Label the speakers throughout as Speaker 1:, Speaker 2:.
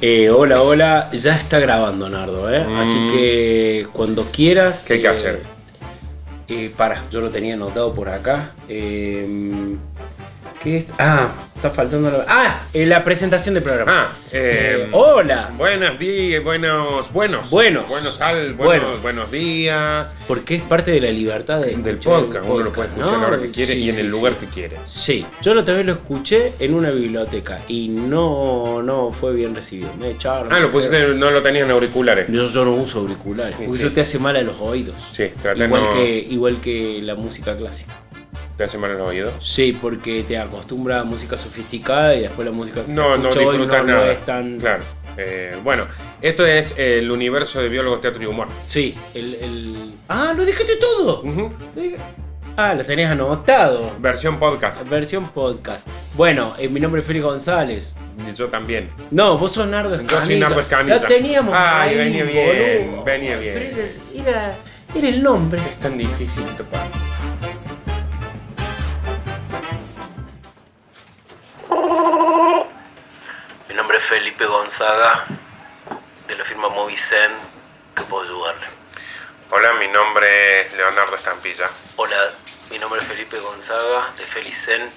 Speaker 1: Eh, hola, hola. Ya está grabando, Nardo, ¿eh? Así que cuando quieras.
Speaker 2: Mm. ¿Qué hay que
Speaker 1: eh,
Speaker 2: hacer?
Speaker 1: eh, para, yo lo tenía anotado por acá. Eh, ¿Qué es? Ah, está faltando la. Ah, eh, la presentación del programa.
Speaker 2: Ah, eh,
Speaker 1: Eh, hola.
Speaker 2: Buenas días, buenos, buenos.
Speaker 1: Buenos.
Speaker 2: Buenos, al, buenos,
Speaker 1: Buenos.
Speaker 2: buenos días.
Speaker 1: Porque es parte de la libertad de escuchar
Speaker 2: Del
Speaker 1: el
Speaker 2: podcast, uno lo puede
Speaker 1: podcast,
Speaker 2: escuchar a la hora
Speaker 1: ¿no?
Speaker 2: que quiere
Speaker 1: Sí,
Speaker 2: y en
Speaker 1: sí,
Speaker 2: el
Speaker 1: sí.
Speaker 2: lugar que quiere.
Speaker 1: Sí, yo la otra vez lo escuché en una biblioteca y no, no fue bien recibido. Me echaron.
Speaker 2: Ah, lo pusiste, no lo tenías en auriculares.
Speaker 1: Yo, yo no uso auriculares, porque
Speaker 2: sí.
Speaker 1: eso te hace mal a los oídos.
Speaker 2: Sí, trata de
Speaker 1: igual,
Speaker 2: no-
Speaker 1: que, igual que la música clásica.
Speaker 2: ¿Te hace mal en los oídos?
Speaker 1: Sí, porque te acostumbra a música sofisticada y después la música que se
Speaker 2: No, no
Speaker 1: escucha hoy
Speaker 2: disfrutas
Speaker 1: no, no
Speaker 2: nada.
Speaker 1: es tan...
Speaker 2: Claro. Eh, bueno, esto es eh, el universo de biólogos, teatro y humor.
Speaker 1: Sí, el, el- Ah, lo dijiste todo.
Speaker 2: Ujú.
Speaker 1: Lo dije- Ah, lo tenés anotado.
Speaker 2: Versión podcast.
Speaker 1: Versión podcast. Bueno, eh, mi nombre es Félix González.
Speaker 2: Yo también.
Speaker 1: No, vos sos Nardo Escanilla.
Speaker 2: Yo soy Nardo Escanilla.
Speaker 1: Lo teníamos
Speaker 2: Ay,
Speaker 1: ahí,
Speaker 2: venía bien,
Speaker 1: boludo.
Speaker 2: venía bien.
Speaker 1: Pero Era, era- era el nombre.
Speaker 2: Es tan difícil topar.
Speaker 3: Mi nombre es Felipe Gonzaga, de la firma Movicen, que puedo ayudarle.
Speaker 2: Hola, mi nombre es Leonardo Estampilla.
Speaker 3: Hola, mi nombre es Felipe Gonzaga, de Felicen,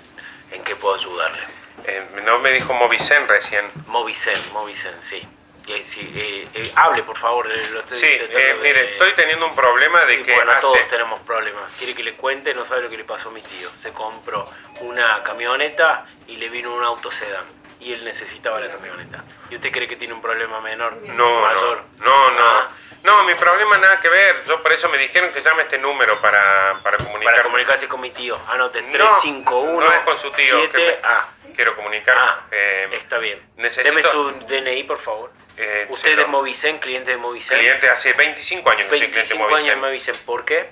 Speaker 3: ¿en qué puedo ayudarle?
Speaker 2: Eh, no me dijo Movicen recién.
Speaker 3: Movicen, Movicen, sí. Eh, sí, eh, eh, hable, por favor, eh, lo estoy
Speaker 2: Sí,
Speaker 3: intentando
Speaker 2: eh,
Speaker 3: de-
Speaker 2: mire, estoy teniendo un problema de
Speaker 3: Y
Speaker 2: que
Speaker 3: bueno,
Speaker 2: hace-
Speaker 3: todos tenemos problemas. Quiere que le cuente, no sabe lo que le pasó a mi tío. Se compró una camioneta y le vino un auto sedán. Y él necesitaba la camioneta. ¿Y usted cree que tiene un problema menor?
Speaker 2: No,
Speaker 3: mayor?
Speaker 2: no, no,
Speaker 3: Ah,
Speaker 2: no. No, mi problema nada que ver. Yo por eso me dijeron que llame este número para, para comunicar.
Speaker 3: Para comunicarse con mi tío. Ah, Anote
Speaker 2: No,
Speaker 3: 351.
Speaker 2: No es con su tío. que me-
Speaker 3: 7 A.
Speaker 2: Quiero comunicar.
Speaker 3: Ah,
Speaker 2: eh,
Speaker 3: Está bien.
Speaker 2: necesito-
Speaker 3: Deme su DNI, por favor.
Speaker 2: Eh,
Speaker 3: Usted
Speaker 2: sí,
Speaker 3: es
Speaker 2: no.
Speaker 3: de Movicen, cliente de Movicen.
Speaker 2: cliente hace 25 años que soy cliente
Speaker 3: 25 años de
Speaker 2: Movicen.
Speaker 3: Movicen. ¿Por qué?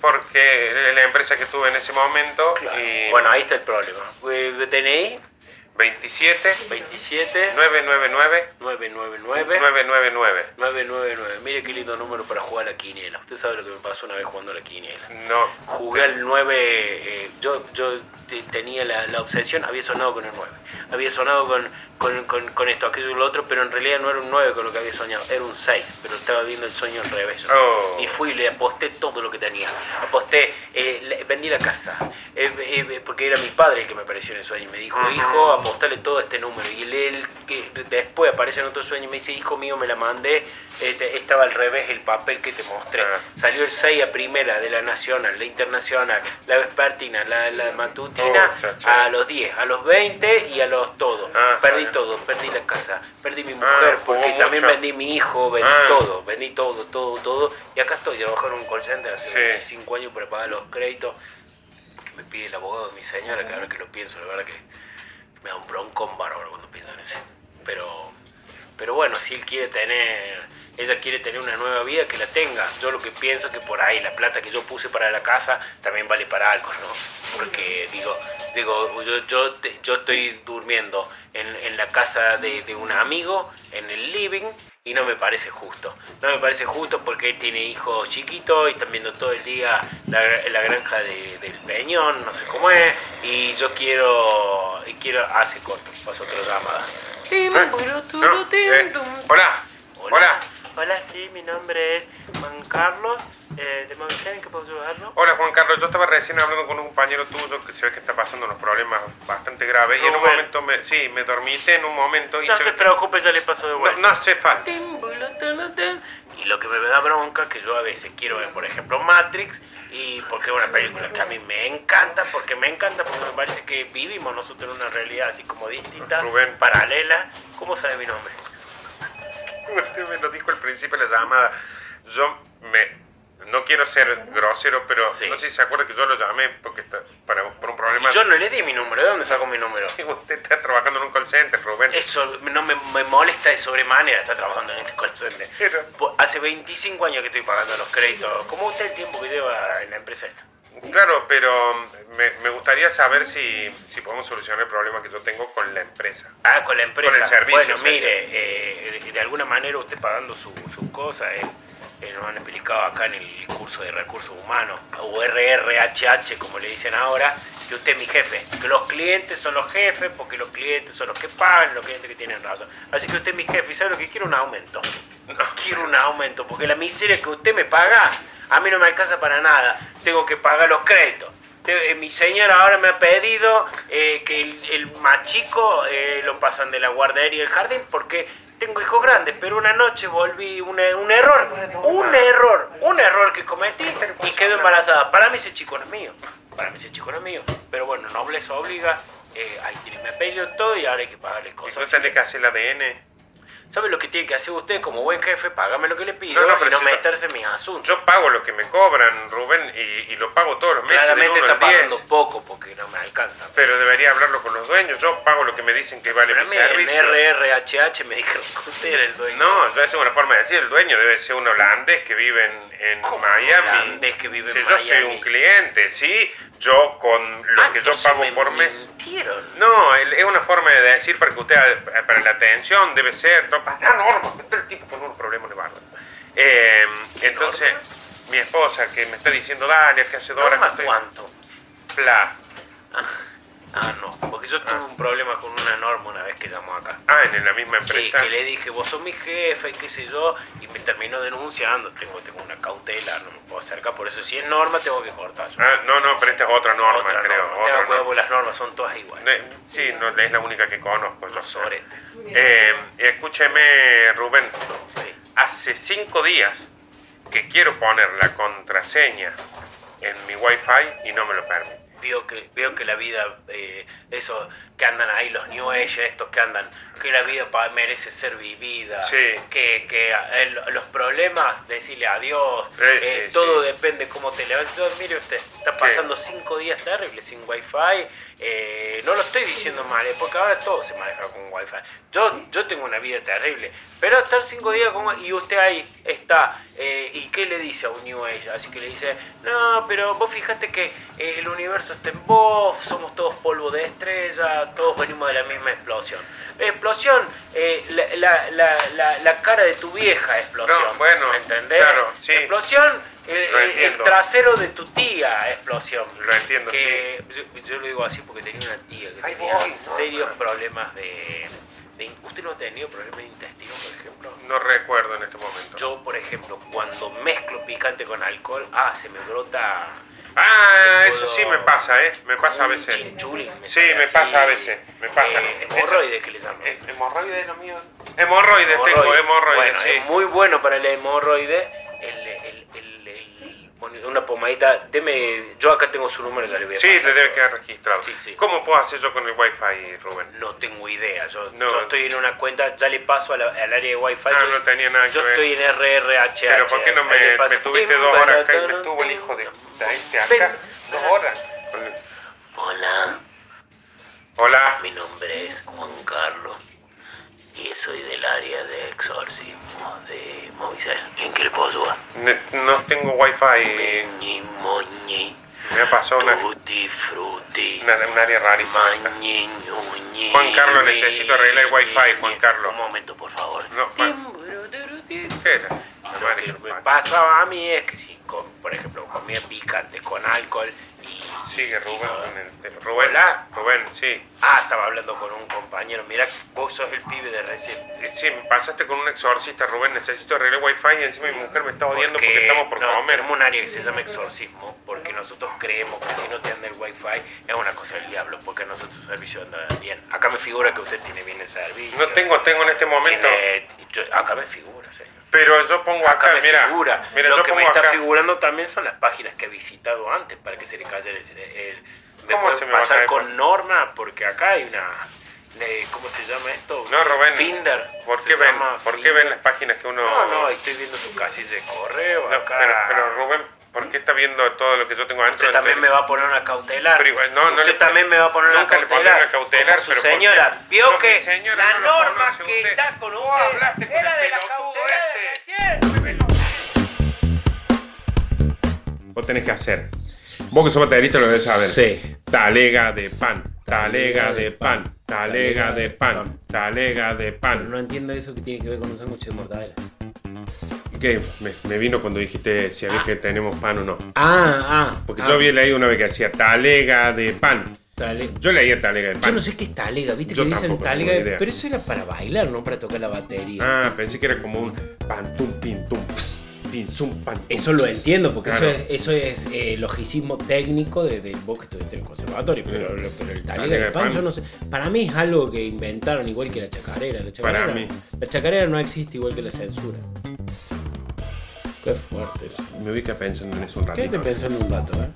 Speaker 2: Porque es la empresa que tuve en ese momento.
Speaker 4: Eh,
Speaker 2: Y
Speaker 3: Bueno, ahí está el problema. Eh, DNI
Speaker 2: 27
Speaker 3: 27
Speaker 2: 999
Speaker 3: 999
Speaker 2: 999.
Speaker 3: 999. Mire qué lindo número para jugar a la quiniela. Usted sabe lo que me pasó una vez jugando a la quiniela.
Speaker 2: No.
Speaker 3: Jugué al 9, eh, yo, yo te- tenía la, la obsesión, había sonado con el 9. Había sonado con, con, con, con esto, aquello y lo otro, pero en realidad no era un 9 con lo que había soñado, era un 6, pero estaba viendo el sueño al revés.
Speaker 2: Oh.
Speaker 3: Y fui y le aposté todo lo que tenía. Aposté, eh, le- vendí la casa, eh, eh, eh, porque era mi padre el que me apareció en el sueño y me dijo, hijo, apostale todo a este número. Y él, él, que después aparece en otro sueño y me dice, hijo mío, me la mandé, eh, te- estaba al revés el papel que te mostré.
Speaker 2: Ah.
Speaker 3: Salió el 6 a primera de la nacional, la internacional, la vespertina, la, la matutina,
Speaker 2: Oh, cha, cha.
Speaker 3: a los 10, a los 20 y a los todo.
Speaker 2: Ah, está
Speaker 3: perdí
Speaker 2: bien.
Speaker 3: todo, perdí la casa, perdí mi
Speaker 2: Ah,
Speaker 3: mujer,
Speaker 2: jugó
Speaker 3: porque también
Speaker 2: mucho.
Speaker 3: vendí mi hijo, vendí
Speaker 2: Ah.
Speaker 3: todo, vendí todo, todo, todo. Y acá estoy trabajando en un call center hace
Speaker 2: Sí.
Speaker 3: 25 años para pagar los créditos. que Me pide el abogado de mi señora, que ahora que lo pienso, la verdad que me da un broncón bárbaro cuando pienso en eso. Pero, pero bueno, si él quiere tener, ella quiere tener una nueva vida, que la tenga. Yo lo que pienso es que por ahí la plata que yo puse para la casa también vale para algo, ¿no? Porque digo, digo yo, yo, yo estoy durmiendo en, en la casa de, de un amigo, en el living, y no me parece justo. No me parece justo porque él tiene hijos chiquitos y están viendo todo el día la, la granja de- del Peñón, no sé cómo es, y yo quiero. y quiero. hace corto, pasó otra llamada.
Speaker 2: Ah, No, eh, hola. Hola.
Speaker 3: Hola, sí, mi nombre es Juan Carlos, eh, de Mavicen, ¿qué puedo ayudarlo?
Speaker 2: Hola Juan Carlos, yo estaba recién hablando con un compañero tuyo que se ve que está pasando unos problemas bastante graves y en un
Speaker 3: Rubén.
Speaker 2: momento me, sí, me dormiste en un momento y
Speaker 3: No
Speaker 2: se
Speaker 3: se
Speaker 2: ve que-
Speaker 3: preocupe, ya le paso de
Speaker 2: no,
Speaker 3: vuelta.
Speaker 2: no hace falta.
Speaker 3: Y lo que me da bronca que yo a veces quiero ver, por ejemplo, Matrix, y porque es una película que a mí me encanta, porque me encanta, porque me parece que vivimos nosotros en una realidad así como distinta,
Speaker 2: Rubén.
Speaker 3: paralela. ¿Cómo sabe mi nombre?
Speaker 2: Usted me lo dijo al principio de la llamada. Yo me no quiero ser grosero, pero
Speaker 3: Sí.
Speaker 2: no sé si se acuerda que yo lo llamé porque está- para por un problema.
Speaker 3: Y Yo no le di mi número, ¿de dónde saco mi número?
Speaker 2: Usted está trabajando en un call center, Rubén.
Speaker 3: Eso no me, me molesta de sobremanera estar trabajando en este call center.
Speaker 2: Pero-
Speaker 3: Po- Hace 25 años que estoy pagando los créditos. ¿Cómo usted el tiempo que lleva en la empresa esta?
Speaker 2: Claro, pero me, me gustaría saber si, si podemos solucionar el problema que yo tengo con la empresa.
Speaker 3: Ah, con la empresa.
Speaker 2: Con el servicio,
Speaker 3: bueno,
Speaker 2: sí.
Speaker 3: mire, eh, de alguna manera usted pagando su, su cosa, eh, eh, nos han explicado acá en el curso de recursos humanos, o RRHH como le dicen ahora, que usted es mi jefe, que los clientes son los jefes, porque los clientes son los que pagan, los clientes que tienen razón. Así que usted es mi jefe, y sabe lo que quiero un aumento. No quiero un aumento, porque la miseria que usted me paga, a mí no me alcanza para nada. Tengo que pagar los créditos. Te- eh, Mi señora ahora me ha pedido eh, que el, el más chico eh, lo pasan de la guardería al jardín porque tengo hijos grandes, pero una noche volví un, e- un error, un error, un error que cometí y quedo embarazada. Para mí ese chico no es mío, para mí ese chico no es mío, pero bueno, nobleza obliga, eh, ahí tiene mi apellido todo y ahora hay que pagarle
Speaker 2: Y
Speaker 3: cosas.
Speaker 2: Pues no tenés que hacer el ADN.
Speaker 3: ¿Sabe lo que tiene que hacer usted como buen jefe? Págame lo que le pido
Speaker 2: No, no,
Speaker 3: y
Speaker 2: pero
Speaker 3: no
Speaker 2: si-
Speaker 3: meterse en mis asuntos.
Speaker 2: Yo pago lo que me cobran, Rubén, y, y lo pago todos los meses. del
Speaker 3: Claramente
Speaker 2: uno al
Speaker 3: está pagando
Speaker 2: 10,
Speaker 3: poco porque no me alcanza.
Speaker 2: Pero debería hablarlo con los dueños. Yo pago lo que me dicen que vale
Speaker 3: Pero a
Speaker 2: mi
Speaker 3: mí en
Speaker 2: servicio.
Speaker 3: RRHH me dijeron que usted era el dueño.
Speaker 2: No, yo es una forma de decir. El dueño debe ser un holandés que vive en, en Miami.
Speaker 3: holandés que vive en
Speaker 2: Sí, yo soy
Speaker 3: Miami?
Speaker 2: un cliente, ¿sí? Yo con lo que yo
Speaker 3: Antes
Speaker 2: pago
Speaker 3: Ah, me
Speaker 2: por mes.
Speaker 3: mintieron.
Speaker 2: No, el- es una forma de decir para que usted, eh, para la atención, debe ser. No, para norma, está el tipo con un problema de barba. Eh, entonces, mi esposa que me está diciendo, dale, que hace dos horas que
Speaker 3: ¿Norma
Speaker 2: estoy.
Speaker 3: cuánto?
Speaker 2: Pla.
Speaker 3: Ah, ah, no. Porque yo tuve un problema con una norma una vez que llamó acá.
Speaker 2: Ah, en la misma
Speaker 3: Sí,
Speaker 2: empresa.
Speaker 3: que le dije, vos sos mi jefe, qué sé yo, y me terminó denunciando. Tengo, tengo una cautela, no me puedo acercar. Por eso, si es norma, tengo que cortar. Yo-
Speaker 2: Ah, no, no, pero esta es otra norma,
Speaker 3: otra
Speaker 2: creo.
Speaker 3: norma.
Speaker 2: otra
Speaker 3: Tengo
Speaker 2: norma.
Speaker 3: cuidado porque las normas son todas iguales.
Speaker 2: Ne- Sí, no, es la única que conozco. Yo
Speaker 3: Los oretes.
Speaker 2: Eh, escúcheme, Rubén.
Speaker 3: Sí.
Speaker 2: Hace cinco días que quiero poner la contraseña en mi wifi y no me lo permite.
Speaker 3: Veo que, veo que la vida, eh, esos que andan ahí, los new age, estos que andan, que la vida pa- merece ser vivida,
Speaker 2: Sí.
Speaker 3: que, que a- el- los problemas, decirle adiós,
Speaker 2: Sí,
Speaker 3: eh,
Speaker 2: sí,
Speaker 3: todo
Speaker 2: sí.
Speaker 3: depende cómo te levantes. Yo, Mire usted, está pasando cinco días terribles sin wifi, eh, no lo estoy diciendo mal, eh, porque ahora todo se maneja con wifi. Yo, yo tengo una vida terrible, pero estar cinco días con, y usted ahí está, eh, ¿y qué le dice a un new age? Así que le dice, no, pero vos fijate que eh, el universo está en vos, somos todos polvo de estrella, todos venimos de la misma explosión. Explosión, eh, la, la- la- la- la cara de tu vieja explosión.
Speaker 2: No, bueno,
Speaker 3: ¿me ¿entendés?
Speaker 2: claro, sí.
Speaker 3: Explosión, eh,
Speaker 2: Lo
Speaker 3: eh, el
Speaker 2: entiendo.
Speaker 3: trasero de tu tía explosión.
Speaker 2: Lo entiendo,
Speaker 3: que yo, yo lo digo así porque tenía una tía que
Speaker 2: Ahí
Speaker 3: tenía
Speaker 2: voy, no,
Speaker 3: serios
Speaker 2: no.
Speaker 3: problemas de, de- ¿Usted no ha tenido problemas de intestino, por ejemplo?
Speaker 2: No recuerdo en este momento.
Speaker 3: Yo, por ejemplo, cuando mezclo picante con alcohol, ah, se me brota...
Speaker 2: ah,
Speaker 3: me
Speaker 2: eso
Speaker 3: puedo-
Speaker 2: sí me pasa, ¿eh? Me pasa a
Speaker 3: un
Speaker 2: veces.
Speaker 3: chinchulín,
Speaker 2: Sí,
Speaker 3: sale
Speaker 2: me
Speaker 3: así.
Speaker 2: pasa a veces, me pasa.
Speaker 3: Eh, hemorroides que le llaman.
Speaker 2: Eh, ¿Hemorroides lo mío? Hemorroides, tengo,
Speaker 3: Hemorroides.
Speaker 2: hemorroides.
Speaker 3: Bueno,
Speaker 2: sí.
Speaker 3: es muy bueno para el hemorroide. El, el- el- el- bueno, una pomadita, deme, yo acá tengo su número, ya le voy a
Speaker 2: Sí,
Speaker 3: pasar.
Speaker 2: le debe quedar registrado.
Speaker 3: Sí, sí.
Speaker 2: ¿Cómo puedo hacer yo con el wifi, Rubén?
Speaker 3: No tengo idea, yo,
Speaker 2: No.
Speaker 3: yo estoy en una cuenta, ya le paso a la- al área de Wi-Fi.
Speaker 2: Ah,
Speaker 3: yo,
Speaker 2: no tenía nada que
Speaker 3: yo
Speaker 2: ver.
Speaker 3: estoy en RRH.
Speaker 2: Pero ¿por qué no me, me tuviste dos horas acá y me estuvo el hijo de puta este acá? Dos horas.
Speaker 3: Hola,
Speaker 2: Hola.
Speaker 3: mi nombre es Juan Carlos y soy del área de exorcismo de Moisés. ¿En qué le puedo ayudar?
Speaker 2: Ne- No tengo wifi.
Speaker 3: Ñi, moñi,
Speaker 2: Me pasó una,
Speaker 3: tutti frutti,
Speaker 2: una, un área rarísima. esta.
Speaker 3: mañi, ñuñi.
Speaker 2: Juan Carlos, necesito arreglar el wifi, Juan Carlos.
Speaker 3: Un momento, por favor.
Speaker 2: No, bueno. ¿Qué era? La
Speaker 3: Lo
Speaker 2: madre
Speaker 3: que
Speaker 2: que
Speaker 3: Ah, me
Speaker 2: parió.
Speaker 3: pasaba a mí es que si, con- por ejemplo, comía picante con alcohol y...
Speaker 2: Sigue
Speaker 3: y
Speaker 2: Rubén
Speaker 3: no-
Speaker 2: con el teléfono. Rubén,
Speaker 3: Hola.
Speaker 2: Rubén, sí.
Speaker 3: Ah, estaba hablando con un compañero. Mira, vos sos el pibe de recién.
Speaker 2: Eh, Sí, me pasaste con un exorcista, Rubén. Necesito arreglar wifi y encima mi mujer me está odiando porque, estamos por
Speaker 3: no,
Speaker 2: comer.
Speaker 3: Tenemos un área que se llama exorcismo, porque nosotros creemos que si no te anda el wifi es una cosa del diablo, porque nosotros el servicio anda bien. Acá me figura que usted tiene bien el servicio.
Speaker 2: No tengo, tengo en este momento.
Speaker 3: Tiene- yo- acá me figura, señor.
Speaker 2: Pero yo pongo
Speaker 3: Acá
Speaker 2: acá,
Speaker 3: me
Speaker 2: mira.
Speaker 3: figura.
Speaker 2: Mira,
Speaker 3: Lo
Speaker 2: yo
Speaker 3: que me
Speaker 2: pongo
Speaker 3: está
Speaker 2: acá.
Speaker 3: figurando también son las páginas que he visitado antes para que se le calle el. el- me
Speaker 2: ¿Cómo
Speaker 3: pueden
Speaker 2: se me va a
Speaker 3: pasar
Speaker 2: caer?
Speaker 3: con norma, porque acá hay una. eh, ¿Cómo se llama esto?
Speaker 2: No, Rubén.
Speaker 3: Finder.
Speaker 2: ¿Por
Speaker 3: Se
Speaker 2: qué, ven,
Speaker 3: llama
Speaker 2: ¿Por qué
Speaker 3: Finder.
Speaker 2: ven las páginas que uno.?
Speaker 3: No, no, ahí estoy viendo tu casilla de correo.
Speaker 2: No,
Speaker 3: acá.
Speaker 2: pero, pero, Rubén, ¿por qué está viendo todo lo que yo tengo adentro?
Speaker 3: Usted también me va a poner una cautelar.
Speaker 2: Pero igual, no, no
Speaker 3: usted
Speaker 2: le-
Speaker 3: también me va a poner una
Speaker 2: nunca le
Speaker 3: cautelar.
Speaker 2: pondré una cautelar,
Speaker 3: Como su
Speaker 2: pero ¿por qué?
Speaker 3: señora, vio
Speaker 2: No, mi
Speaker 3: que
Speaker 2: señora
Speaker 3: la
Speaker 2: no lo
Speaker 3: norma
Speaker 2: conoce
Speaker 3: que
Speaker 2: usted.
Speaker 3: está con
Speaker 2: Vos
Speaker 3: usted
Speaker 2: hablaste con
Speaker 3: era
Speaker 2: el
Speaker 3: de la
Speaker 2: pelotudo
Speaker 3: cautela de
Speaker 2: este.
Speaker 3: recién.
Speaker 4: Vos tenés que hacer. Vos que sos baterista lo debes saber.
Speaker 1: Sí.
Speaker 4: Talega de pan, talega de pan, talega de pan, talega de
Speaker 1: Pero
Speaker 4: pan.
Speaker 1: no entiendo eso que tiene que ver con un sándwich de mortadela.
Speaker 4: que me, me vino cuando dijiste si había que tenemos pan o no.
Speaker 1: Ah, ah.
Speaker 4: Porque
Speaker 1: ah,
Speaker 4: yo había leído una vez que hacía talega de pan.
Speaker 1: tale-
Speaker 4: Yo leía talega de pan.
Speaker 1: Yo no sé qué es talega, ¿viste?
Speaker 4: Yo
Speaker 1: que dicen
Speaker 4: tampoco,
Speaker 1: talega,
Speaker 4: tengo idea.
Speaker 1: pero eso era para bailar, no para tocar la batería.
Speaker 4: Ah, pensé que era como un pantum, pintum, ps, pinzum, pan.
Speaker 1: Eso lo entiendo, porque
Speaker 4: Claro.
Speaker 1: eso es, eso es eh, logicismo técnico de, de vos que estuviste en el conservatorio, pero, lo- pero el talega
Speaker 4: Talega
Speaker 1: de
Speaker 4: Mm. de
Speaker 1: pan,
Speaker 4: pan.
Speaker 1: yo no sé. Para mí es algo que inventaron igual que la chacarera. La chacarera
Speaker 4: Para mí.
Speaker 1: La chacarera no existe igual que la censura. Qué fuerte eso.
Speaker 4: Me ubica pensando en eso un ratito.
Speaker 1: Quédate pensando un rato, ¿eh?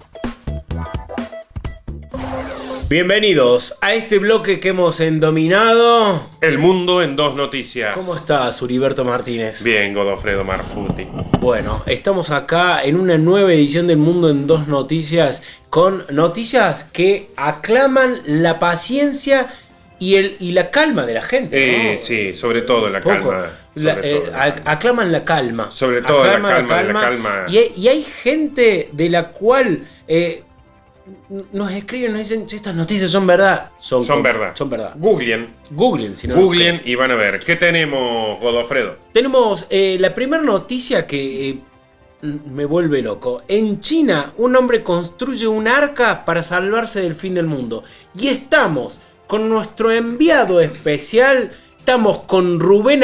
Speaker 1: Bienvenidos a este bloque que hemos endominado.
Speaker 4: El mundo en dos noticias.
Speaker 1: ¿Cómo estás, Uriberto Martínez?
Speaker 4: Bien, Godofredo Marfuti.
Speaker 1: Bueno, estamos acá en una nueva edición del Mundo en Dos Noticias con noticias que aclaman la paciencia y, el, y la calma de la gente.
Speaker 4: Eh,
Speaker 1: ¿no?
Speaker 4: sí, sobre todo la
Speaker 1: Poco.
Speaker 4: calma.
Speaker 1: La-
Speaker 4: sobre
Speaker 1: eh,
Speaker 4: todo la
Speaker 1: ac-
Speaker 4: calma.
Speaker 1: aclaman la calma.
Speaker 4: Sobre todo la
Speaker 1: Aclaman
Speaker 4: calma, la calma.
Speaker 1: Y, hay- y hay gente de la cual eh, n- nos escriben, nos dicen, "Che, estas noticias son verdad. Son,
Speaker 4: Son
Speaker 1: con-
Speaker 4: verdad.
Speaker 1: Son verdad.
Speaker 4: Googlen.
Speaker 1: Googlen, si no.
Speaker 4: Googlen y van a ver. ¿Qué tenemos, Godofredo?
Speaker 1: Tenemos eh, la primera noticia que eh, me vuelve loco. En China, un hombre construye un arca para salvarse del fin del mundo. Y estamos con nuestro enviado especial. Estamos con Rubén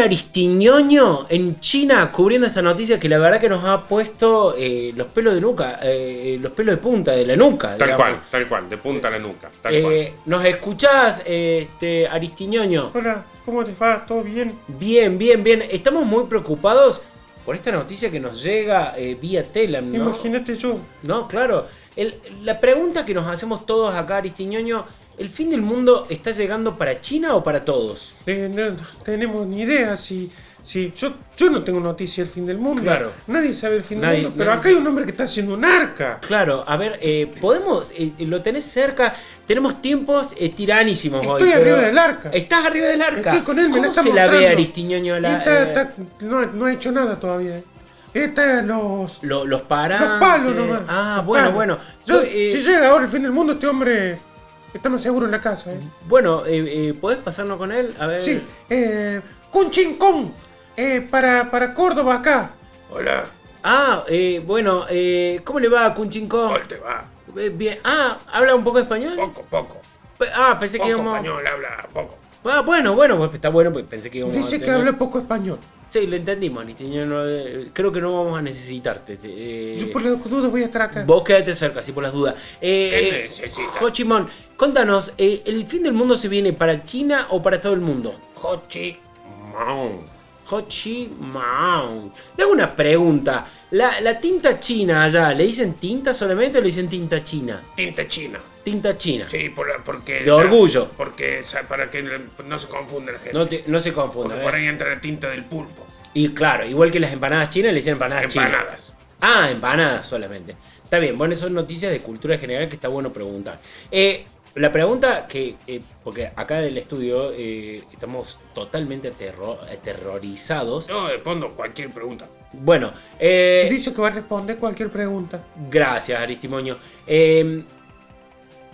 Speaker 1: Aristiñoño en China cubriendo esta noticia que la verdad que nos ha puesto eh, los pelos de nuca, eh, los pelos de punta de la nuca.
Speaker 4: Tal
Speaker 1: digamos.
Speaker 4: cual, tal cual, de punta a la nuca. Tal
Speaker 1: Eh, ¿Nos escuchás, este, Aristiñoño?
Speaker 4: cual. Hola, ¿cómo les va? ¿Todo bien?
Speaker 1: Bien, bien, bien. Estamos muy preocupados por esta noticia que nos llega eh, vía Telam, ¿no?
Speaker 4: yo.
Speaker 1: No, claro. El- la pregunta que nos hacemos todos acá, Aristiñoño, ¿el fin del mundo está llegando para China o para todos?
Speaker 4: eh, no, tenemos ni idea si. si yo, yo no tengo noticia del fin del mundo.
Speaker 1: Claro.
Speaker 4: Nadie sabe el fin
Speaker 1: del Nadie- mundo, pero nadie acá
Speaker 4: hay un hombre que está haciendo un arca.
Speaker 1: Claro, a ver, eh, podemos, eh, lo tenés cerca, tenemos tiempos eh, tiranísimos hoy.
Speaker 4: Estoy arriba
Speaker 1: pero-
Speaker 4: del arca.
Speaker 1: Estás arriba del arca.
Speaker 4: Estoy con él, me
Speaker 1: ¿Cómo
Speaker 4: la está
Speaker 1: se la
Speaker 4: mostrando.
Speaker 1: ve Aristiñoño? La,
Speaker 4: Y está-
Speaker 1: eh,
Speaker 4: está- no, no ha hecho nada todavía. eh. Está los.
Speaker 1: lo- los parantes.
Speaker 4: Los palos nomás.
Speaker 1: Ah,
Speaker 4: Los
Speaker 1: bueno,
Speaker 4: palos.
Speaker 1: bueno.
Speaker 4: Yo-
Speaker 1: Eh,
Speaker 4: Si llega ahora el fin del mundo, este hombre está más seguro en la casa. ¿eh?
Speaker 1: Bueno, eh, eh, ¿podés pasarnos con él? A ver.
Speaker 4: Sí. Eh, con Chincón. Eh, para, para Córdoba acá. Hola.
Speaker 1: Ah, eh, bueno, eh, ¿cómo le va a Cunchinco?
Speaker 4: te va?
Speaker 1: Eh, Bien. Ah, ¿habla un poco español?
Speaker 4: Poco, poco.
Speaker 1: Pe- Ah, pensé que íbamos.
Speaker 4: habla poco.
Speaker 1: Ah, bueno, bueno, pues está bueno, pues pensé que íbamos. a
Speaker 4: Dice que
Speaker 1: tener-
Speaker 4: habla poco español.
Speaker 1: Sí, lo entendimos, Aristiño, no, eh, Creo que no vamos a necesitarte. eh,
Speaker 4: Yo por las dudas voy a estar acá.
Speaker 1: Vos quédate cerca, así por las dudas.
Speaker 4: ¿Qué
Speaker 1: Eh, eh,
Speaker 4: necesitas?
Speaker 1: Hochimón, contanos, eh, ¿el fin del mundo se viene para China o para todo el mundo?
Speaker 4: Jochi.
Speaker 1: Ho Chi Minh. Le hago una pregunta. La, la tinta china allá, ¿le dicen tinta solamente o le dicen tinta china?
Speaker 4: Tinta china.
Speaker 1: Tinta china.
Speaker 4: Sí, por- porque.
Speaker 1: De orgullo.
Speaker 4: Porque sa- para que no se confunda la gente.
Speaker 1: No, te- no se
Speaker 4: porque
Speaker 1: confundan.
Speaker 4: por
Speaker 1: ¿eh?
Speaker 4: ahí entra la tinta del pulpo.
Speaker 1: Y claro, igual que las empanadas chinas, le dicen empanadas, chinas.
Speaker 4: Empanadas.
Speaker 1: Ah, empanadas solamente. Está bien, bueno, son noticias de cultura general que está bueno preguntar. Eh, la pregunta que, eh, porque acá del estudio eh, estamos totalmente aterro- aterrorizados.
Speaker 4: Yo respondo cualquier pregunta.
Speaker 1: Bueno, eh,
Speaker 4: Dice que va a responder cualquier pregunta.
Speaker 1: Gracias, Aristimonio. Eh,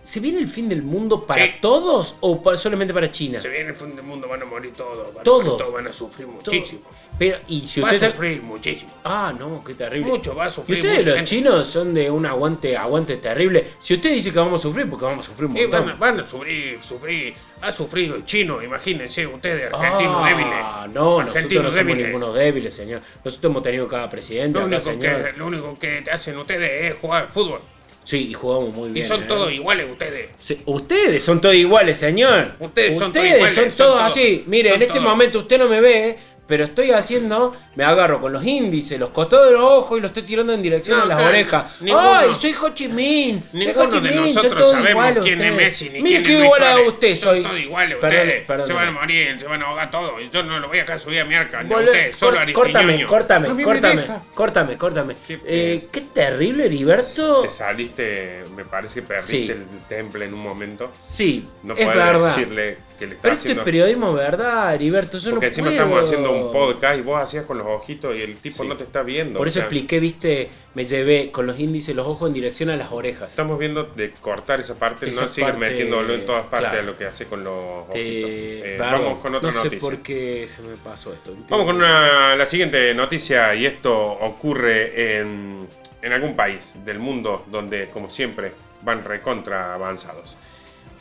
Speaker 1: ¿Se viene el fin del mundo para
Speaker 4: Sí.
Speaker 1: todos o pa- solamente para China?
Speaker 4: Se viene el fin del mundo, van a morir todos. Van
Speaker 1: Todos.
Speaker 4: A morir van a sufrir
Speaker 1: Todo-
Speaker 4: muchísimo.
Speaker 1: Pero, y si
Speaker 4: Va a
Speaker 1: ustedes.
Speaker 4: sufrir muchísimo.
Speaker 1: Ah, no, qué terrible.
Speaker 4: Mucho, va a
Speaker 1: Y
Speaker 4: sufrir
Speaker 1: ustedes,
Speaker 4: mucha
Speaker 1: los
Speaker 4: gente.
Speaker 1: chinos, son de un aguante, aguante terrible. Si usted dice que vamos a sufrir, porque vamos a sufrir un
Speaker 4: Y
Speaker 1: montón.
Speaker 4: van, a- van a sufrir, sufrir. Ha sufrido el chino, imagínense ustedes, argentinos
Speaker 1: Ah,
Speaker 4: débiles.
Speaker 1: no, nosotros no
Speaker 4: Argentinos
Speaker 1: somos
Speaker 4: débiles.
Speaker 1: ningunos débiles, señor. Nosotros hemos tenido cada presidente,
Speaker 4: Lo
Speaker 1: acá,
Speaker 4: único,
Speaker 1: señor.
Speaker 4: que, lo único que hacen ustedes es jugar al fútbol.
Speaker 1: Sí, y jugamos muy
Speaker 4: Y
Speaker 1: bien.
Speaker 4: son
Speaker 1: ¿eh?
Speaker 4: todos iguales ustedes.
Speaker 1: Sí, Ustedes son todos iguales, señor.
Speaker 4: Ustedes son todos
Speaker 1: Ustedes son
Speaker 4: iguales,
Speaker 1: todos
Speaker 4: son todos-
Speaker 1: así. Mire,
Speaker 4: son
Speaker 1: en este
Speaker 4: todos.
Speaker 1: momento usted no me ve, pero estoy haciendo, me agarro con los índices, los costados de los ojos y los estoy tirando en dirección
Speaker 4: No,
Speaker 1: a las
Speaker 4: acá,
Speaker 1: orejas.
Speaker 4: ninguno.
Speaker 1: ¡Ay, soy Ho Chi Minh! Soy
Speaker 4: Ninguno
Speaker 1: Ho Chi
Speaker 4: de
Speaker 1: Minh, son
Speaker 4: nosotros
Speaker 1: todos
Speaker 4: sabemos
Speaker 1: iguales
Speaker 4: quién es
Speaker 1: ustedes.
Speaker 4: Messi ni
Speaker 1: Mire
Speaker 4: quién
Speaker 1: que
Speaker 4: es Luis
Speaker 1: igual a
Speaker 4: Suárez.
Speaker 1: usted
Speaker 4: Son
Speaker 1: soy.
Speaker 4: todos iguales
Speaker 1: Perdón,
Speaker 4: ustedes.
Speaker 1: perdón.
Speaker 4: se van a morir, se van a ahogar todos. Yo no lo voy a dejar subir a mi arca. ni a
Speaker 1: Volvé,
Speaker 4: ustedes, solo
Speaker 1: cor-
Speaker 4: a este
Speaker 1: córtame,
Speaker 4: Aristiñoño.
Speaker 1: córtame,
Speaker 4: A mí me
Speaker 1: córtame,
Speaker 4: deja.
Speaker 1: córtame, córtame.
Speaker 4: Qué
Speaker 1: Eh, qué terrible, Heriberto.
Speaker 2: Este
Speaker 4: Te saliste, me parece que perdiste
Speaker 1: Sí.
Speaker 4: el temple en un momento.
Speaker 1: Sí,
Speaker 4: No
Speaker 1: es
Speaker 4: puedes
Speaker 1: verdad.
Speaker 4: decirle
Speaker 2: que le está
Speaker 1: Pero esto
Speaker 2: haciendo.
Speaker 1: es periodismo de verdad, Heriberto. Yo
Speaker 2: porque
Speaker 1: no
Speaker 2: encima
Speaker 1: puedo.
Speaker 2: estamos haciendo un podcast y vos hacías con los ojitos y el tipo no te está viendo.
Speaker 1: Por
Speaker 2: o
Speaker 1: eso
Speaker 2: sea,
Speaker 1: expliqué, viste, me llevé con los índices los ojos en dirección a las orejas.
Speaker 2: Estamos viendo de cortar esa parte,
Speaker 1: Esa
Speaker 2: no sigas
Speaker 1: parte,
Speaker 2: metiéndolo en todas partes
Speaker 1: claro.
Speaker 2: a lo que hace con los ojitos.
Speaker 1: Te-
Speaker 2: Eh,
Speaker 1: Este, perdón,
Speaker 2: vamos con otra
Speaker 1: no sé
Speaker 2: noticia.
Speaker 1: por qué se me pasó esto.
Speaker 2: Vamos con una- la siguiente noticia y esto ocurre en, en algún país del mundo donde, como siempre, van recontra avanzados.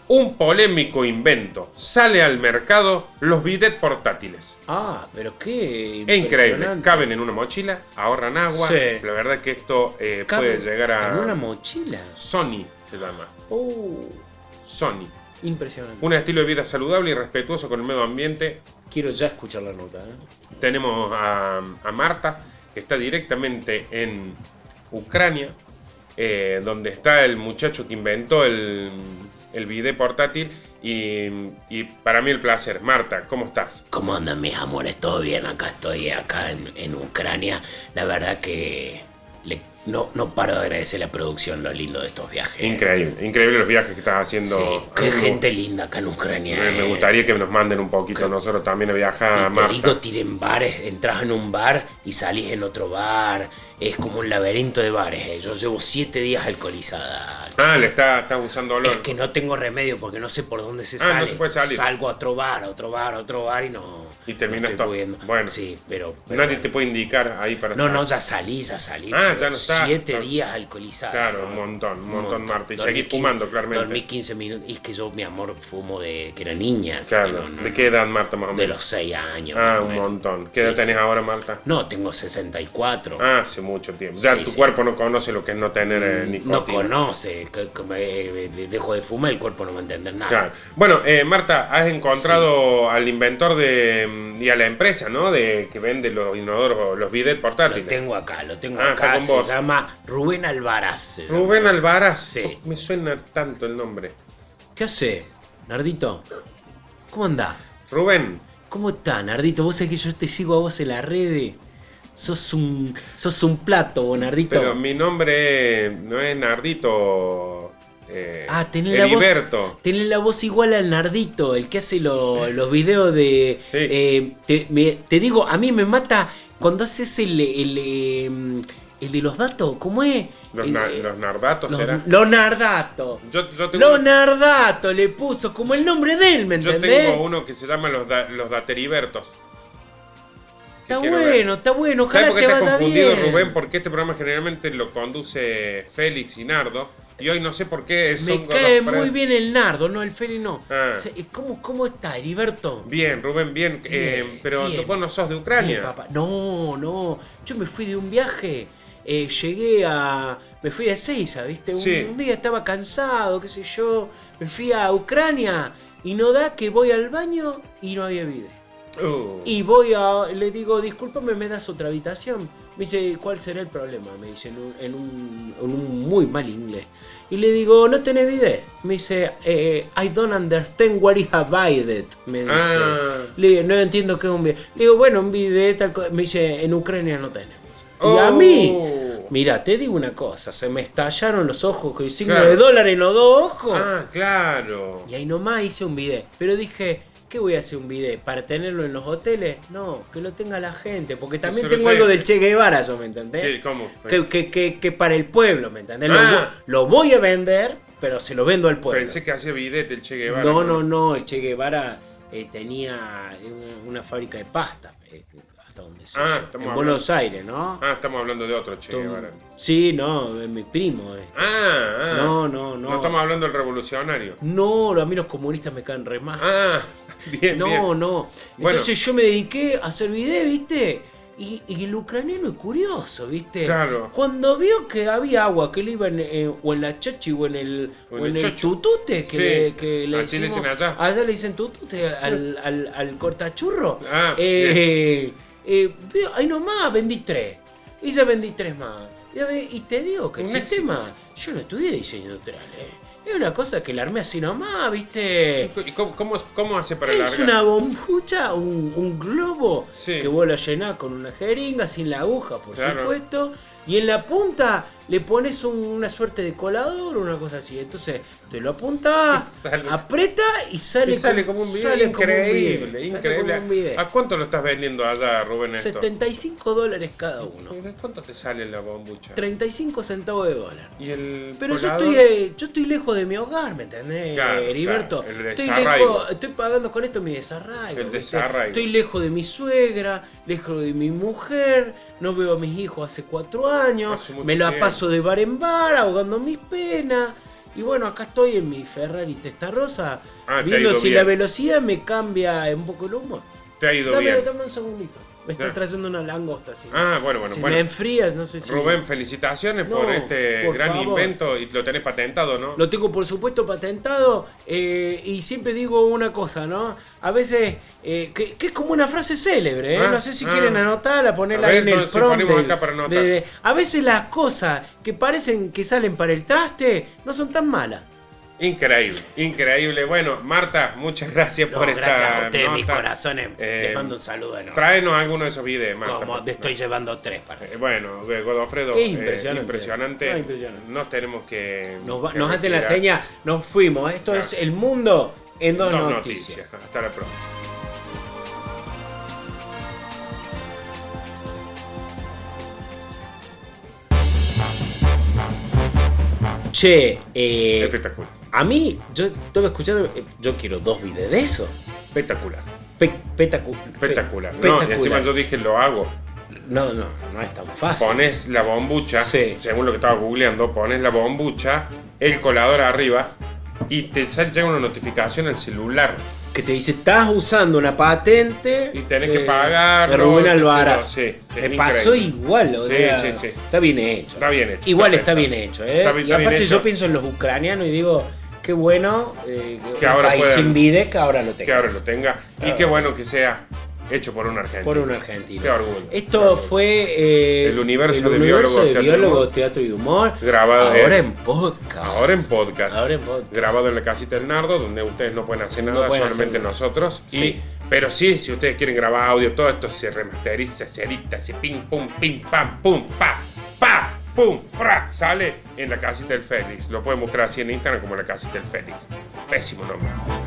Speaker 2: Un polémico invento sale al mercado los bidets portátiles.
Speaker 1: Ah, pero qué
Speaker 2: Es increíble,
Speaker 1: impresionante.
Speaker 2: caben en una mochila, ahorran agua.
Speaker 1: Sí.
Speaker 2: La verdad que esto eh,
Speaker 1: Cabe
Speaker 2: puede llegar
Speaker 1: En una
Speaker 2: a
Speaker 1: mochila.
Speaker 2: Sony se llama.
Speaker 1: Oh,
Speaker 2: Sony,
Speaker 1: impresionante.
Speaker 2: un estilo de vida saludable y respetuoso con el medio ambiente
Speaker 1: Quiero ya escuchar la nota. ¿eh?
Speaker 2: Tenemos a, a Marta, que está directamente en Ucrania, eh, donde está el muchacho que inventó el, el bidet portátil. Y, y para mí el placer. Marta, ¿cómo estás?
Speaker 5: ¿Cómo andan mis amores? ¿Todo bien? Acá estoy, acá en, en Ucrania. La verdad que le- no, no paro de agradecer la producción, lo lindo de estos viajes.
Speaker 2: Increíble, increíble los viajes que estás haciendo.
Speaker 5: Sí, qué
Speaker 2: Me-
Speaker 5: gente linda acá en Ucrania.
Speaker 2: Me, me
Speaker 5: eh.
Speaker 2: gustaría que nos manden un poquito nosotros también a viajar
Speaker 5: Y
Speaker 2: a
Speaker 5: te digo,
Speaker 2: Marta.
Speaker 5: tiren bares, entras en un bar y salís en otro bar. Es como un laberinto de bares. eh. Yo llevo siete días alcoholizada.
Speaker 2: Ah, le está, estás usando olor.
Speaker 5: Es que no tengo remedio porque no sé por dónde se
Speaker 2: Ah,
Speaker 5: sale.
Speaker 2: no se puede salir.
Speaker 5: Salgo a otro bar, a otro bar, a otro bar y no.
Speaker 2: Y terminas
Speaker 5: no estoy
Speaker 2: todo.
Speaker 5: pudiendo.
Speaker 2: Bueno.
Speaker 5: Sí, pero. pero
Speaker 2: Nadie te puede indicar ahí para
Speaker 5: No,
Speaker 2: saber.
Speaker 5: no, ya salí, ya salí.
Speaker 2: Ah,
Speaker 5: pero
Speaker 2: ya no estás.
Speaker 5: Siete
Speaker 2: Claro.
Speaker 5: días alcoholizado.
Speaker 2: Claro,
Speaker 5: ¿no?
Speaker 2: un montón, un montón, Marta. Y
Speaker 5: Dormí
Speaker 2: seguís
Speaker 5: 15
Speaker 2: fumando, claramente.
Speaker 5: Dormí 15 minutos. Y es que yo, mi amor, fumo de que era niña. así que
Speaker 2: Claro,
Speaker 5: no, no,
Speaker 2: ¿de qué edad Marta más o
Speaker 5: no.
Speaker 2: menos?
Speaker 5: De los 6 años.
Speaker 2: Ah,
Speaker 5: más o
Speaker 2: un
Speaker 5: menos.
Speaker 2: montón. ¿Qué
Speaker 5: Sí,
Speaker 2: edad tenés
Speaker 5: sí.
Speaker 2: ahora, Marta?
Speaker 5: No, tengo 64.
Speaker 2: Ah, hace mucho tiempo. Ya
Speaker 5: Sí,
Speaker 2: tu
Speaker 5: sí. Mm,
Speaker 2: cuerpo no conoce lo que es no tener eh, nicotina.
Speaker 5: no conoce. que- que me- eh, dejo de fumar, el cuerpo no va a entender nada.
Speaker 2: Claro. Bueno, eh, Marta, has encontrado al inventor de mm, y a la empresa, ¿no? De que vende los inodoros, los
Speaker 5: Lo
Speaker 2: bidets portátiles.
Speaker 5: tengo acá, lo tengo
Speaker 2: Ah, está
Speaker 5: acá.
Speaker 2: con
Speaker 5: Se
Speaker 2: vos.
Speaker 5: llama Rubén Alvaraz. se llama.
Speaker 2: Rubén Alvaraz. Oh,
Speaker 5: Sí.
Speaker 2: Me suena tanto el nombre.
Speaker 1: ¿Qué hace, Nardito? ¿Cómo andás?
Speaker 2: Rubén.
Speaker 1: ¿Cómo está, Nardito? Vos sabés que yo te sigo a vos en la red. Sos un, sos un plato, vos, Nardito.
Speaker 2: Pero mi nombre no es Nardito. Eh,
Speaker 1: Ah, tenés la, voz,
Speaker 2: Heriberto.
Speaker 1: tenés la voz igual al Nardito, el que hace lo- los videos de...
Speaker 2: Sí.
Speaker 1: eh, te, me- te digo, a mí me mata cuando haces el, el, eh, el de los datos, ¿cómo es?
Speaker 2: Los,
Speaker 1: El,
Speaker 2: na-
Speaker 1: eh,
Speaker 2: los Nardatos
Speaker 1: los-
Speaker 2: será.
Speaker 1: los Nardato.
Speaker 2: Yo, yo tengo
Speaker 1: Los Nardato le puso como el nombre de él, ¿me
Speaker 2: Yo
Speaker 1: entendés?
Speaker 2: tengo uno que se llama los, da- los dateribertos.
Speaker 1: Está
Speaker 2: quiero ver.
Speaker 1: bueno, está bueno, ojalá
Speaker 2: ¿Sabes por qué
Speaker 1: te
Speaker 2: estás
Speaker 1: vaya
Speaker 2: confundido,
Speaker 1: bien.
Speaker 2: Rubén? Porque este programa generalmente lo conduce Félix y Nardo. Y hoy no sé por qué son
Speaker 1: Me
Speaker 2: con los
Speaker 1: cae
Speaker 2: Fred.
Speaker 1: muy bien el Nardo, no, el Feli no.
Speaker 2: Ah.
Speaker 1: Se- eh, ¿Cómo, ¿Cómo está, Heriberto?
Speaker 2: Bien, Rubén, bien. eh,
Speaker 1: Bien,
Speaker 2: pero
Speaker 1: bien.
Speaker 2: vos no sos de
Speaker 1: Bien,
Speaker 2: Ucrania.
Speaker 1: papá. No, no. Yo me fui de un viaje. eh, llegué a. Me fui a Seiza, ¿viste? Un,
Speaker 2: Sí.
Speaker 1: un día estaba cansado, qué sé yo. Me fui a Ucrania. Y no da que voy al baño y no había vida.
Speaker 2: Uh,
Speaker 1: Y voy a. Le digo, discúlpame, ¿me das otra habitación? Me dice, ¿cuál será el problema? Me dice, en un, en un- en un muy mal inglés. Y le digo, ¿no tenés bidet? Me dice, eh, I don't understand what is a bidet. Me dice.
Speaker 2: Ah.
Speaker 1: Le digo, no entiendo qué es un bidet. Le digo, bueno, un bidet tal cosa. Me dice, en Ucrania no tenemos. Y a
Speaker 2: Oh.
Speaker 1: mí, mira, te digo una cosa, se me estallaron los ojos con el signo
Speaker 2: Claro.
Speaker 1: de dólar en los dos ojos.
Speaker 2: Ah, claro.
Speaker 1: Y ahí nomás hice un video. Pero dije, ¿qué voy a hacer un video? ¿Para tenerlo en los hoteles? No, que lo tenga la gente. Porque también
Speaker 2: se lo
Speaker 1: tengo algo
Speaker 2: lleve.
Speaker 1: del Che Guevara, yo, ¿me entendés?
Speaker 2: ¿Qué? ¿Cómo?
Speaker 1: Que, que- que- que para el pueblo, ¿me entendés? Lo
Speaker 2: Ah.
Speaker 1: vo- Lo, voy a vender, pero se lo vendo al pueblo.
Speaker 2: Pensé que hacía bidet el Che Guevara.
Speaker 1: no, no, no, el Che Guevara eh, tenía una, una fábrica de pasta. eh, hasta donde sé
Speaker 2: Ah,
Speaker 1: yo,
Speaker 2: estamos
Speaker 1: En
Speaker 2: hablando-
Speaker 1: Buenos Aires, ¿no?
Speaker 2: Ah, estamos hablando de otro Che Guevara.
Speaker 1: Sí, no, eh, mi primo. eh.
Speaker 2: Ah, ah.
Speaker 1: No, no, no.
Speaker 2: No estamos hablando del revolucionario.
Speaker 1: No, a mí los comunistas me caen re mal.
Speaker 2: Ah, bien,
Speaker 1: no,
Speaker 2: bien.
Speaker 1: no.
Speaker 2: Bueno.
Speaker 1: Entonces yo me dediqué a hacer video, ¿viste? Y, y el ucraniano es curioso, ¿viste?
Speaker 2: Claro.
Speaker 1: Cuando vio que había agua que le iba en, eh, o en la chochi o en el,
Speaker 2: O en
Speaker 1: o en
Speaker 2: el
Speaker 1: el
Speaker 2: chocho.
Speaker 1: tutute, que
Speaker 2: Sí,
Speaker 1: le, que le
Speaker 2: así le
Speaker 1: decimos-
Speaker 2: dicen allá.
Speaker 1: le dicen tutute al, al, al cortachurro.
Speaker 2: Ah,
Speaker 1: eh, eh, vio, ahí nomás vendí tres. Y ya vendí tres más. Y a ver, Y te digo que el
Speaker 2: Un éxito.
Speaker 1: sistema, yo no estudié diseño industrial, ¿eh? Es una cosa que la armé así nomás, ¿viste?
Speaker 2: ¿Y cómo, cómo, cómo hace para
Speaker 1: Es
Speaker 2: largar?
Speaker 1: una bombucha, un, un globo
Speaker 2: Sí.
Speaker 1: que vos lo llenás con una jeringa, sin la aguja, por
Speaker 2: Claro.
Speaker 1: supuesto. Y en la punta le pones un- una suerte de colador o una cosa así. Entonces te lo apunta,
Speaker 4: Sale.
Speaker 1: aprieta y sale,
Speaker 4: Y sale como un video
Speaker 1: sale como un
Speaker 4: increíble, Ah,
Speaker 1: video, sale
Speaker 4: increíble.
Speaker 1: como un video.
Speaker 2: ¿A cuánto lo estás vendiendo allá, Rubén, esto?
Speaker 1: 75 dólares cada uno.
Speaker 2: ¿Cuánto te sale la bombucha?
Speaker 1: 35 centavos de dólar.
Speaker 2: ¿Y el
Speaker 1: Pero yo
Speaker 2: colador?
Speaker 1: estoy, eh, yo estoy lejos de mi hogar, ¿me entendés,
Speaker 2: Claro,
Speaker 1: Heriberto?
Speaker 2: claro, el
Speaker 1: estoy,
Speaker 2: desarraigo.
Speaker 1: lejos- estoy pagando con esto mi desarraigo.
Speaker 2: El
Speaker 1: ¿viste?
Speaker 2: desarraigo.
Speaker 1: Estoy lejos de mi suegra, lejos de mi mujer, no veo a mis hijos hace cuatro años,
Speaker 2: Hace mucho
Speaker 1: me la
Speaker 2: tiempo.
Speaker 1: paso de bar en bar ahogando mis penas. Y bueno, acá estoy en mi Ferrari Testarossa,
Speaker 2: Ah, te ha
Speaker 1: viendo
Speaker 2: ido
Speaker 1: si
Speaker 2: bien.
Speaker 1: la velocidad me cambia un poco el humor.
Speaker 2: Te ha ido
Speaker 1: Dame,
Speaker 2: bien.
Speaker 1: dame un segundito, me está
Speaker 2: Ya.
Speaker 1: trayendo una langosta. Si,
Speaker 2: Ah, bueno, bueno,
Speaker 1: si
Speaker 2: bueno.
Speaker 1: me enfrías, no sé si...
Speaker 2: Rubén, felicitaciones
Speaker 1: No,
Speaker 2: por este
Speaker 1: por
Speaker 2: gran
Speaker 1: favor.
Speaker 2: invento y lo tenés patentado, ¿no?
Speaker 1: Lo tengo por supuesto patentado eh, y siempre digo una cosa, ¿no? A veces, eh, que, que es como una frase célebre, ¿eh?
Speaker 2: Ah,
Speaker 1: no sé si
Speaker 2: ah.
Speaker 1: quieren anotarla, ponerla
Speaker 2: A ver,
Speaker 1: ahí en el
Speaker 2: entonces
Speaker 1: prompt.
Speaker 2: ponemos
Speaker 1: del-
Speaker 2: acá para anotar.
Speaker 1: a veces las cosas que parecen que salen para el traste no son tan malas.
Speaker 2: Increíble, increíble. Bueno, Marta, muchas gracias
Speaker 5: No,
Speaker 2: por esta
Speaker 5: gracias a ustedes, mis
Speaker 2: nota.
Speaker 5: corazones.
Speaker 2: Eh,
Speaker 5: Les mando un saludo enorme.
Speaker 2: Tráenos alguno de esos videos, Marta.
Speaker 5: Como te estoy llevando tres para.
Speaker 2: Eh, Bueno, eh, Godofredo,
Speaker 1: Es
Speaker 2: eh,
Speaker 1: impresionante.
Speaker 2: impresionante.
Speaker 1: No, impresionante.
Speaker 2: Nos tenemos que.
Speaker 1: Nos, va-
Speaker 2: que
Speaker 1: nos hacen la
Speaker 2: retirar.
Speaker 1: seña, nos fuimos. Esto
Speaker 2: Claro.
Speaker 1: es el mundo en dos,
Speaker 2: Dos
Speaker 1: noticias.
Speaker 2: noticias. Hasta la próxima.
Speaker 1: Che, eh,
Speaker 2: Espectacular.
Speaker 1: a mí, yo estaba escuchando, eh, yo quiero dos videos de eso.
Speaker 2: Espectacular.
Speaker 1: Pe- petacu- pe-
Speaker 2: Espectacular. No,
Speaker 1: petacular.
Speaker 2: y encima yo dije, lo hago.
Speaker 1: No, no, no es tan fácil.
Speaker 2: Pones la bombucha,
Speaker 1: Sí.
Speaker 2: según lo que estaba googleando, pones la bombucha, el colador arriba y te sale- llega una notificación al celular.
Speaker 1: Que te dice, estás usando una patente.
Speaker 2: Y tenés
Speaker 1: de-
Speaker 2: que pagar.
Speaker 1: de Rubén Alvarado.
Speaker 2: Sí, sí,
Speaker 1: Me
Speaker 2: es
Speaker 1: pasó
Speaker 2: increíble.
Speaker 1: igual, o
Speaker 2: Sí,
Speaker 1: sea,
Speaker 2: sí, sí.
Speaker 1: está bien hecho.
Speaker 2: Está bien hecho,
Speaker 1: Igual
Speaker 2: está
Speaker 1: está, bien hecho,
Speaker 2: pensado.
Speaker 1: ¿eh?
Speaker 2: Está bien-
Speaker 1: y
Speaker 2: está bien
Speaker 1: aparte
Speaker 2: hecho.
Speaker 1: yo pienso en los ucranianos y digo, qué bueno eh,
Speaker 2: Que
Speaker 1: un
Speaker 2: ahora
Speaker 1: país
Speaker 2: puedan-
Speaker 1: sin vide que ahora lo tenga.
Speaker 2: Que ahora lo tenga. Y qué bueno que sea hecho por un argentino.
Speaker 1: Por un argentino.
Speaker 2: Qué orgullo.
Speaker 1: Esto
Speaker 2: Qué orgullo.
Speaker 1: fue eh,
Speaker 2: El universo de
Speaker 1: universo
Speaker 2: biólogos,
Speaker 1: de
Speaker 2: teatro y
Speaker 1: biólogos,
Speaker 2: humor.
Speaker 1: teatro y humor.
Speaker 2: Grabado
Speaker 1: ahora
Speaker 2: en-
Speaker 1: en podcast.
Speaker 2: Ahora en podcast.
Speaker 1: Ahora en podcast.
Speaker 2: Grabado en la casita del Nardo, donde ustedes no pueden hacer
Speaker 1: No
Speaker 2: nada,
Speaker 1: pueden hacer
Speaker 2: solamente
Speaker 1: nada.
Speaker 2: nosotros.
Speaker 1: Sí.
Speaker 2: Y, pero sí, si ustedes quieren grabar audio, todo esto se remasteriza, se edita, se pim, pum, pim, pam, pum, pa, pa, pum, fra. Sale en la casita del Félix. Lo pueden buscar así en Instagram como la casita del Félix. Pésimo nombre.